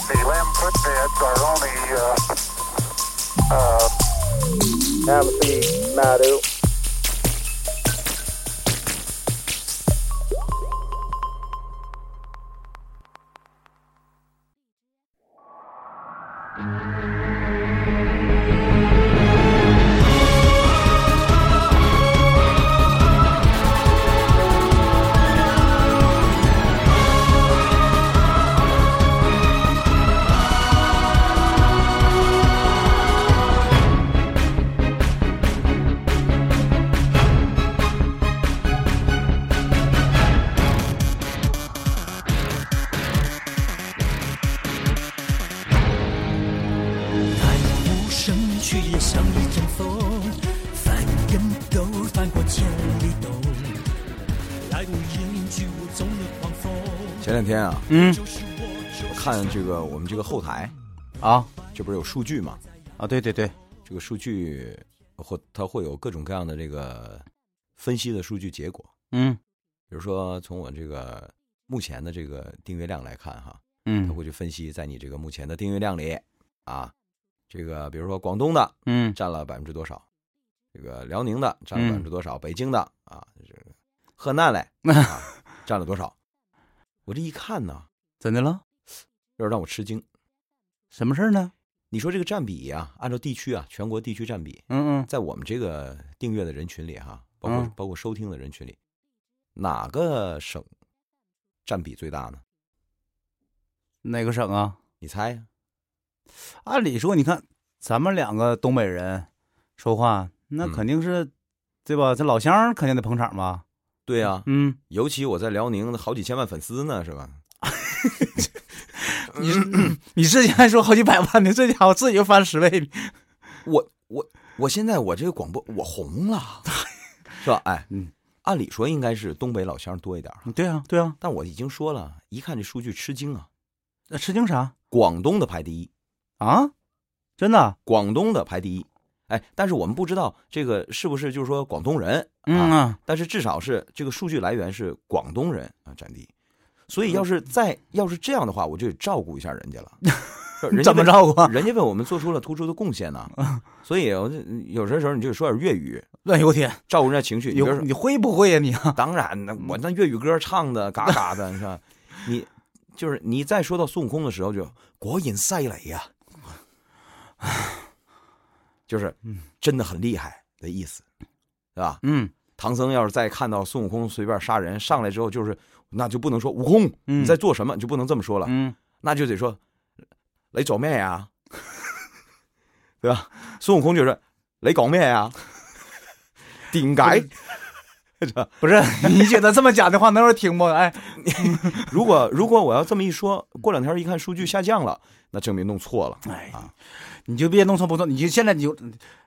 quit bids are only, uh, uh, Amity Madu. 太阳无声，却也像一阵风，翻跟斗，翻过千里冬。来无影，去无踪的狂风。前两天啊，嗯我看这个我们这个后台，啊这不是有数据嘛？啊，对对对，这个数据或它会有各种各样的这个分析的数据结果。嗯比如说从我这个目前的这个订阅量来看哈，它嗯会去分析在你这个目前的订阅量里啊，这个比如说广东的嗯，占了百分之多少，这个辽宁的占了嗯百分之多少，北京的啊，这个河南嘞啊占了多少？我这一看呢，怎的了？有点让我吃惊。什么事儿呢？你说这个占比啊，按照地区啊，全国地区占比，嗯嗯，在我们这个订阅的人群里哈、包括、嗯包括收听的人群里，哪个省占比最大呢？哪个省啊？你猜呀、按理说，你看咱们两个东北人说话，那嗯肯定是、对吧？这老乡儿肯定得捧场吧？对呀、嗯，尤其我在辽宁好几千万粉丝呢，是吧？你是你之前还说好几百万呢，这家伙自己就翻十倍。我我我现在我这个广播我红了，是吧？哎，嗯按理说应该是东北老乡多一点儿哈，对啊，对啊，但我已经说了，一看这数据吃惊啊，那吃惊啥广东的排第一，啊？真的？啊广东的排第一。哎，但是我们不知道这个是不是就是说广东人嗯啊，啊，但是至少是这个数据来源是广东人啊占第一，所以要是再要是这样的话，我就得照顾一下人家 了。是吧人家怎么为照顾啊？人家为我们做出了突出的贡献呢，所以我就有些时候你就说点粤语，哎呦我天，照顾人家情绪。你比如有说，你会不会呀、你啊？当然那我那粤语歌唱的嘎嘎的， 是吧？你就是你再说到孙悟空的时候就，果然赛雷呀、 就是真的很厉害的意思，是吧？嗯唐僧要是再看到孙悟空随便杀人上来之后，就是那就不能说悟空嗯你在做什么，你就不能这么说了，嗯，那就得说你做咩呀， 对吧？孙悟空就是你讲咩啊呀， 点 解？不是，你觉得这么讲的话，能有人听不？哎，如果如果我要这么一说，过两天一看数据下降了，那证明弄错了。哎啊，你就别弄错不错，你就现在你就，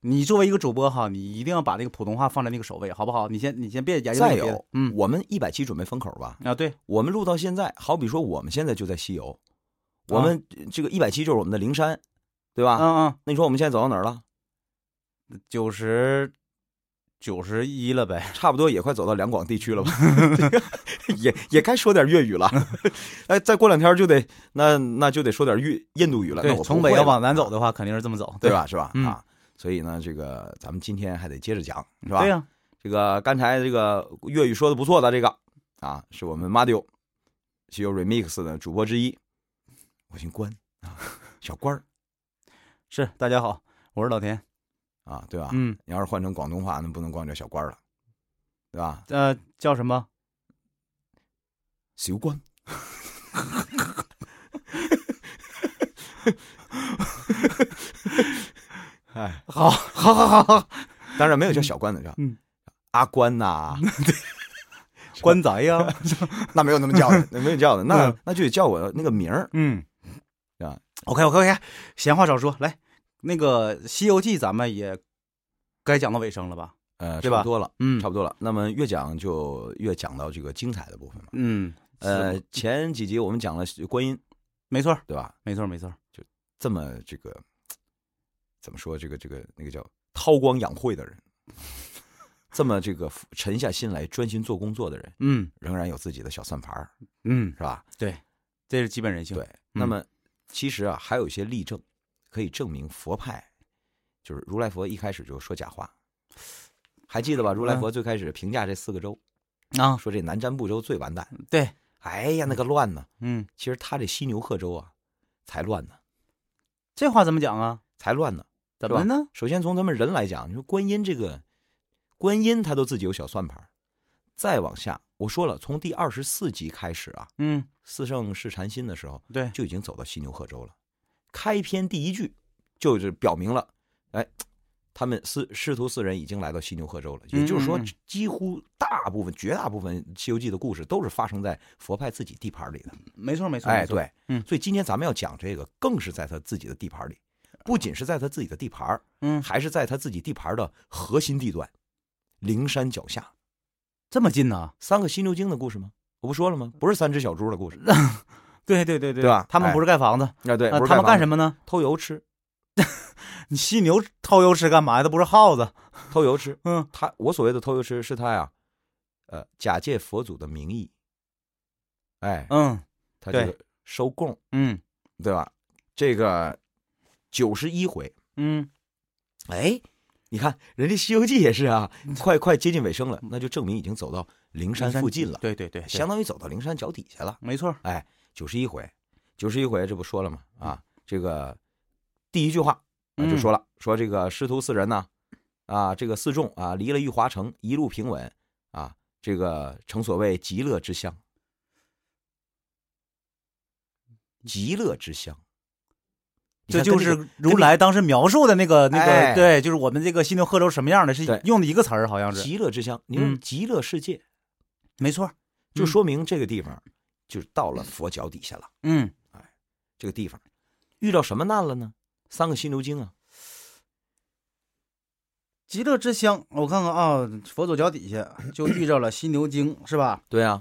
你作为一个主播哈，你一定要把那个普通话放在那个首位，好不好？你先你先别研究再那个别的有，嗯我们一百期准备封口吧，啊对，我们录到现在，好比说我们现在就在西游，啊我们这个一百期就是我们的灵山，对吧？嗯那你说我们现在走到哪儿了？嗯，九十九十一了呗，差不多也快走到两广地区 了吧， 也也该说点粤语了。哎，再过两天就得那那就得说点粤印度语了。那对我，不从北会要了往南走，的话，肯定是这么走，对吧？吧？是吧？嗯啊，所以呢，这个咱们今天还得接着讲，是吧？对呀，这个刚才这个粤语说的不错的这个啊，是我们 Madio 西游 Remix 的主播之一，我姓关啊，小关儿是大家好，我是老田，啊，对吧？嗯你要是换成广东话，那不能光叫小关儿了，对吧？呃叫什么？小关。哎， 好，好，好，好，好，当然没有叫小关的，叫嗯阿关呐，官宅 呀，那没有那么叫的， 那没有叫的，那嗯那就得叫我那个名儿。嗯，啊，OK OK OK，闲话少说，来，那个《西游记》咱们也该讲到尾声了吧？呃，对差吧不多了，嗯差不多了。那么越讲就越讲到这个精彩的部分嘛。嗯，呃是，前几集我们讲了观音，没错儿，对吧？没错儿，没错儿，这么这个怎么说？这个这个那个叫韬光养晦的人， 这么这个沉下心来专心做工作的人，嗯仍然有自己的小算盘儿，嗯，是吧？这是基本人性。对，那么其实啊，还有一些例证可以证明佛派就是如来佛一开始就说假话，还记嗯得吧？如来佛最开始评价这四个州，啊，说这南瞻部州最完蛋，嗯对，哎呀那个乱呢。嗯，其实他这西牛贺州啊才乱呢，这话怎么讲啊？才乱呢。怎么呢？首先从咱们人来讲，你说观音这个观音他都自己有小算盘儿，再往下我说了，从第二十四集开始啊，嗯，四圣试禅心的时候，对，就已经走到犀牛贺州了。开篇第一句就是表明了，哎，他们师师徒四人已经来到犀牛贺州了。也就是说嗯嗯嗯，几乎大部分、绝大部分《西游记》的故事都是发生在佛派自己地盘里的。没错没错，哎，没错，对，嗯所以今天咱们要讲这个，更是在他自己的地盘里，不仅是在他自己的地盘儿，嗯，还是在他自己地盘的核心地段——灵山脚下。这么近呢？三个犀牛精的故事吗？我不说了吗？不是三只小猪的故事，对对对对对吧他们不是盖房子，啊，对，那不是他们干么？什么呢？偷油吃，你犀牛偷油吃干嘛呀？都不是耗子。偷油吃。嗯，他我所谓的偷油吃是他呀，呃，假借佛祖的名义，哎，嗯他这对个收供，嗯对吧？这个九十一回，嗯，哎，你看人家《西游记》也是啊，快快接近尾声了，那就证明已经走到灵山附近了，对对对，相当于走到灵山脚底下了。没错。哎，九十一回，九十一回，这不说了吗？啊，这个第一句话、啊、就嗯说了，说这个师徒四人呢，啊，这个四众啊，离了玉华城，一路平稳啊，这个成所谓极乐之乡，极乐之乡，你这看就跟那个是如来当时描述的那个那哎个，对，就是我们这个犀牛贺州什么样的，是对用的一个词儿，好像是，极乐之乡，你说嗯极乐世界，没错。就嗯说明这个地方就是到了佛脚底下了。嗯，这个地方遇到什么难了呢？三个犀牛精啊，极乐之乡，我看看啊，佛祖脚底下就遇着了犀牛精，是吧？对啊，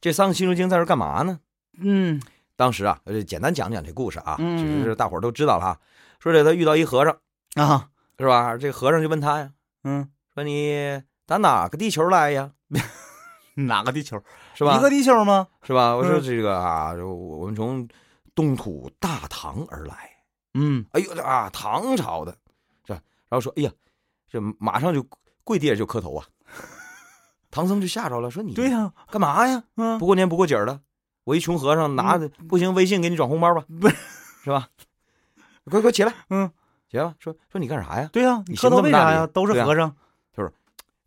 这三个犀牛精在这儿干嘛呢？嗯当时啊，呃，简单讲讲这故事啊，嗯只是大伙儿都知道了啊。说这他遇到一和尚啊，是吧？这和尚就问他呀，嗯，说你打哪个地球来呀？哪个地球？是吧嗯一？个地球吗？是吧？我说嗯这个啊，我我们从东土大唐而来。嗯，哎呦这啊，唐朝的，是吧？然后说，哎呀，这马上就跪地下就磕头啊。唐僧就吓着了，说你对呀，干嘛呀？嗯不过年不过节儿的，我一穷和尚拿着、不行，微信给你转红包吧，不是吧？快快起来， 嗯，起来吧。说说你干啥呀？对呀，你你行这磕头么为大啥礼呀？都是对啊和尚。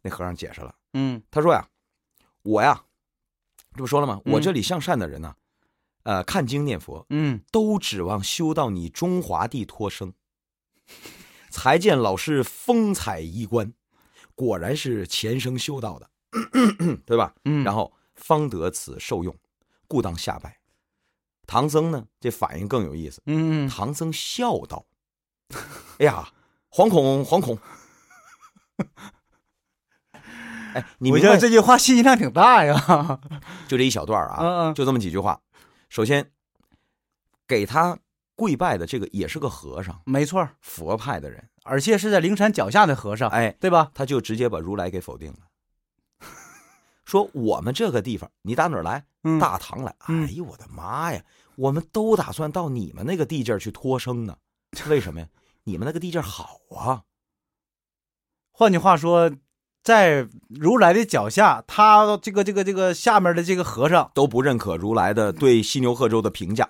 那和尚解释了，嗯他说呀，我呀，这不说了吗？嗯我这里向善的人呢、呃，看经念佛，嗯，都指望修到你中华地脱生，才见老师风采衣冠，果然是前生修道的， 对吧？嗯然后方得此受用，故当下拜。唐僧呢，这反应更有意思。嗯，唐僧笑道：“哎呀，惶恐，惶 恐！哎，你我明觉白得这句话信息量挺大呀。就这一小段儿啊，嗯嗯就这么几句话。首先，给他跪拜的这个也是个和尚，没错，佛派的人，而且是在灵山脚下的和尚，哎，对吧？他就直接把如来给否定了，说我们这个地方，你打哪儿来？嗯大唐来。嗯哎呦我的妈呀，我们都打算到你们那个地界儿去脱生呢，为什么呀？你们那个地界儿好啊，换句话说，在如来的脚下，他这个这个这个下面的这个和尚，都不认可如来的对犀牛贺州的评价，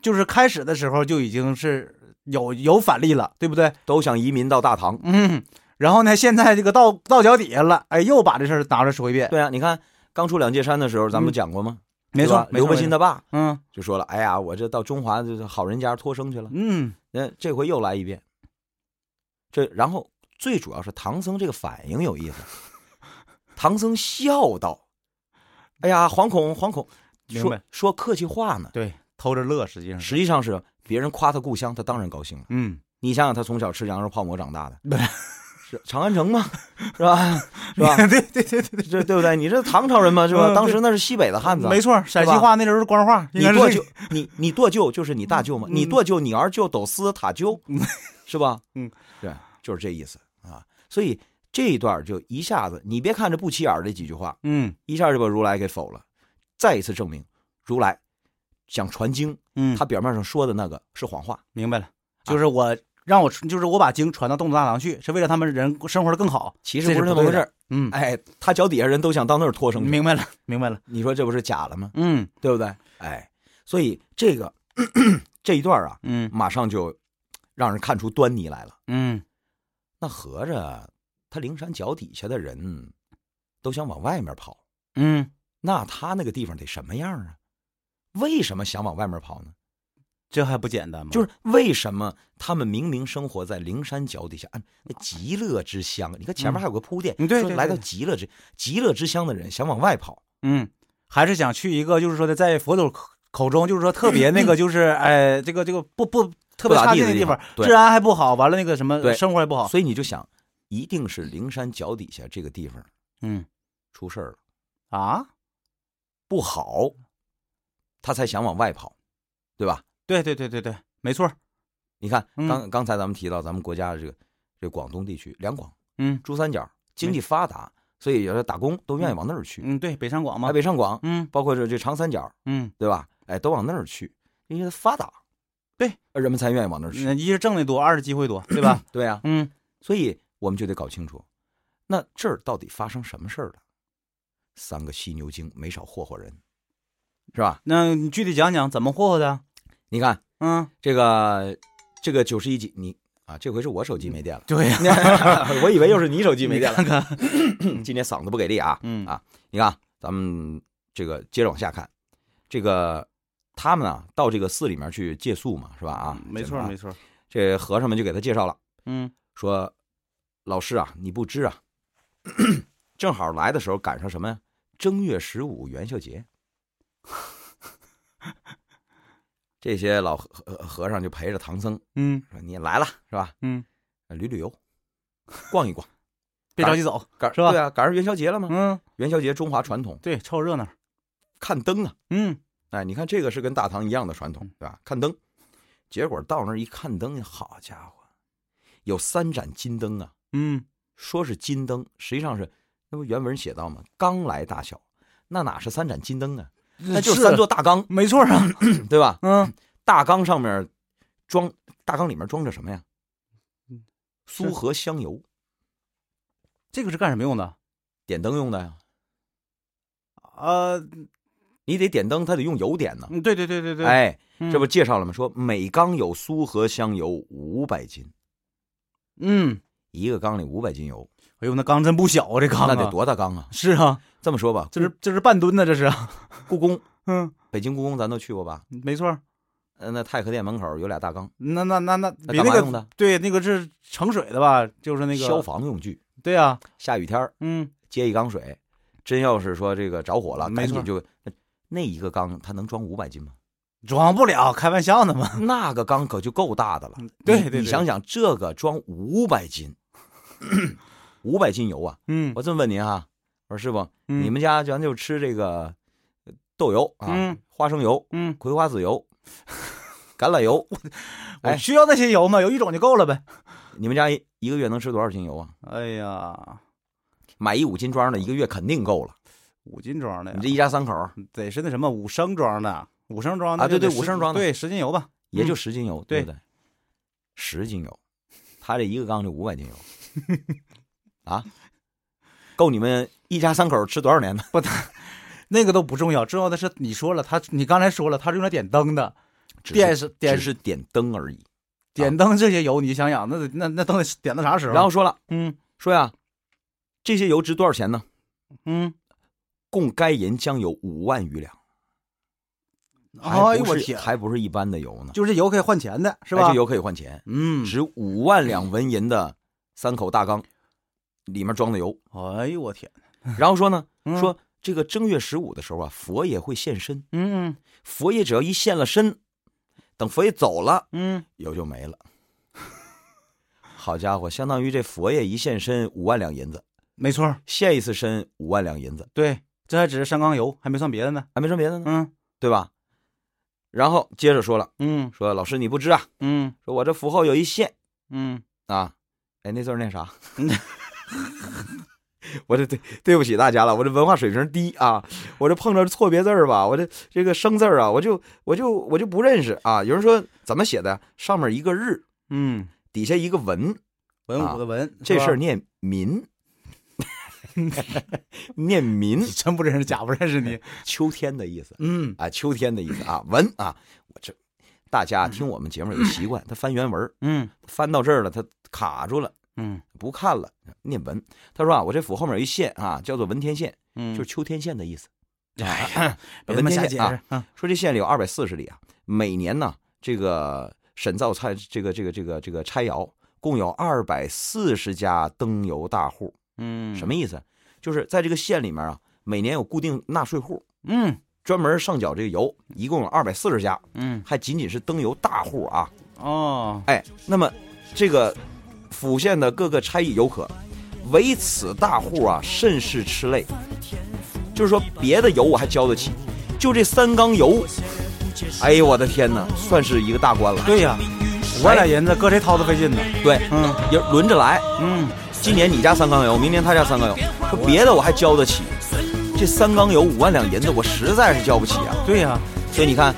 就是开始的时候就已经是有有反例了，对不对？都想移民到大唐。嗯，然后呢，现在这个到到脚底下了，哎，又把这事儿拿出来说一遍，对啊，你看刚出两界山的时候，咱们不讲过吗？嗯没对吧错，刘伯没错钦的，爸嗯就说了：“哎呀，我这到中华就是好人家托生去了。嗯，那这回又来一遍。这然后最主要是唐僧这个反应有意思。唐僧笑道：“哎呀，惶恐惶恐，明说白嗯说客气话呢。对，偷着乐，实际上是，实际上是别人夸他故乡，他当然高兴了。嗯，你想想，他从小吃羊肉泡馍长大的对， 是长安城嘛，是 吧？是吧？对对对对对，这对不对？你这唐朝人嘛，是吧？嗯当时那是西北的汉子啊，没错，陕西吧话那时候是官话，应你该是剁这舅个，，你你剁舅就是你大舅嘛，嗯你剁舅，你儿舅斗司塔舅，是吧？嗯，对，就是这意思啊。所以这一段就一下子，你别看这不起眼儿这几句话，嗯，一下就把如来给否了，再一次证明如来想传经，嗯，他表面上说的那个是谎话。明白了，啊就是我让我就是我把经传到动物大堂去，是为了他们人生活的更好。其这实是不是那不么回对事的儿嗯，哎，他脚底下人都想到那儿托生去，明白了，明白了。你说这不是假了吗？嗯对不对？哎，所以这个 这一段啊，嗯马上就让人看出端倪来了。嗯，那合着他灵山脚底下的人都想往外面跑，嗯，那他那个地方得什么样啊？为什么想往外面跑呢？这还不简单吗？就是为什么他们明明生活在灵山脚底下，按那极乐之乡，你看前面还有个铺垫，嗯对说对来对到极乐之极乐之乡的人想往外跑，嗯，还是想去一个，就是说的，在佛祖口口中，就是说特别那 个，就是哎，这个这个不不特别不咋差地劲的地地方方，对治安还不好，完了那个什么对生活也不好。所以你就想，一定是灵山脚底下这个地方嗯出事儿了，啊，不好，他才想往外跑，对吧？对对对对对，没错儿。你看，嗯刚刚才咱们提到咱们国家的这个这广东地区，两广、嗯珠三角经济发达，所以有的打工都愿意往那儿去，嗯，对，北上广嘛台。北上广，嗯包括这这长三角，嗯，对吧？哎，都往那儿去，因为它发达，呃对，嗯人们才愿意往那儿去。一是挣的多，二是机会多，对 吧？对啊，嗯所以我们就得搞清楚，那这儿到底发生什么事儿了？三个犀牛精没少霍霍人，是吧？那你具体讲讲怎么霍霍的？你看 嗯，，这个这个九十一集，你啊，这回是我手机没电了对呀、 我以为又是你手机没电了看。看， 今天嗓子不给力啊，嗯啊，你看啊咱们这个接着往下看，这个他们啊到这个寺里面去借宿嘛，是吧？啊，嗯没错没错。错，这和尚们就给他介绍了，嗯说老师啊，你不知啊， 正好来的时候赶上什么呀？正月十五元宵节， 这些老和和和尚就陪着唐僧嗯说：“你也来了是吧？嗯，旅旅游，逛一逛，别着急走，赶是吧对啊，赶上元宵节了嘛。嗯，元宵节中华传统，对，凑热闹，看灯啊。嗯哎，你看这个是跟大唐一样的传统，对吧？看灯，结果到那儿一看灯，好家伙，有三盏金灯啊！嗯，说是金灯，实际上是那不原文写到吗？钢来大小，那哪是三盏金灯啊？那就是三座，大缸，没错啊，对吧？嗯，大缸上面装，大缸里面装着什么呀？嗯是苏合香油，这个是干什么用的？点灯用的呀。呃，你得点灯，它得用油点呢。嗯对对对对对，哎，嗯，这不介绍了吗？说每缸有苏合香油五百斤，嗯，一个缸里五百斤油。哎呦，那缸真不小啊，这缸那啊得多嗯大缸啊！是啊，这么说吧，这是这是半吨呢，这是，故宫，嗯，北京故宫咱都去过吧？没错儿，呃，那太和殿门口有俩大缸，那那那那那比干那嘛用个的？对那个是盛水的吧？就是那个消，防用具。对啊，下雨天儿嗯，接一缸水，真要是说这个着火了，没赶错紧就那那一个缸，它能装五百斤吗？装不了，开玩笑呢嘛，那个缸可就够大的了。嗯对你对你对想想，这个装五百斤， 五百斤油啊！嗯我这么问您啊，我说师傅，嗯你们家咱就吃这个呃豆油啊、嗯花生油、嗯，葵花籽油、橄榄油，我哎需要那些油吗？有一种就够了呗。你们家一一个月能吃多少斤油啊？哎呀，买一五斤装的，一个月肯定够了。五斤装的哎呀嗯你这，一家三口儿得是那什么五升装的，五升装的啊对就得对五十升装的对，十斤油吧，也就嗯十斤油，对不对？十斤油，他这一个缸就五百 斤油，啊，够你们一家三口儿吃多少年呢？那个都不重要，重要的是你说了，他你刚才说了，他是用来点灯的，只电是是点只是点灯而已。点灯这些油，你想想，那得那那都得点到啥时候？然后，说了，嗯说呀，这些油值多少钱呢？嗯，共该银将有五万余两，还哎呦不我是天，还不是一般的油呢，就是这油可以换钱的，是哎吧这？油可以换钱，嗯，值五万两文银的三口大缸，里面装的油。哎呦我天，然后说呢，嗯说这个正月十五的时候啊，佛爷会现身，嗯佛爷只要一现了身，等佛爷走了，嗯，油就没了。好家伙，相当于这佛爷一现身五万两银子，没错儿，现一次身五万两银子，对，这还只是三缸油，还没算别的呢。还没说别的呢，嗯对吧？然后接着说了，嗯说老师你不知啊，嗯说我这符号有一线嗯，啊，哎那字儿念啥？ 我这对对不起大家了，我这文化水平低啊，我这碰着错别字儿吧，我这这个生字儿啊，我就我就我就不认识啊。有人说怎么写的？上面一个日，嗯，啊底下一个文，文武的文，这事儿你念民， 念民你，真不认识，假不认识你。秋天的意思 嗯，啊，秋天的意思啊，文啊，我这大家听我们节目有习惯，他翻原文儿，嗯翻到这儿了，他卡住了。嗯不看了，念文。他说啊，我这府后面有一县啊，叫做文天县，嗯，就是秋天县的意思。哎呀，文别他天妈瞎县解啊释啊，说这县里有二百四十里啊，每年呢，这个沈造差这个这个这个这个拆窑，共有二百四十家灯油大户。嗯，什么？意思？就是在这个县里面啊，每年有固定纳税户，嗯专门上缴这个油，一共有二百四十家，嗯，还仅仅是灯油大户啊。哦，哎，那么这个府县的各个差役游客，为此大户啊，甚是吃累。就是说，别的油我还交得起，就这三缸油，哎呦我的天哪，算是一个大关了。对呀，五万俩银子搁谁掏都费劲呢。对，嗯也轮着来，嗯，今年你家三缸油，明年他家三缸油，说别的我还交得起，这三缸油五万两银子，我实在是交不起啊。对呀，所以你看，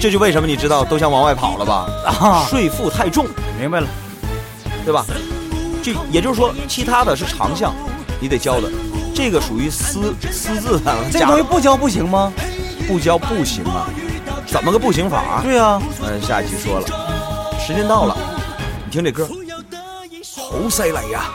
这就为什么你知道都想往外跑了吧？啊，税负太重。明白了，对吧？这也就是说，其他的是长项，你得交的，这个属于私私自的，这假东的西不交不行吗？不交不行啊，怎么个不行法啊？对呀，嗯，下一期说了，时间到了，你听这歌，富有的一生好犀利呀、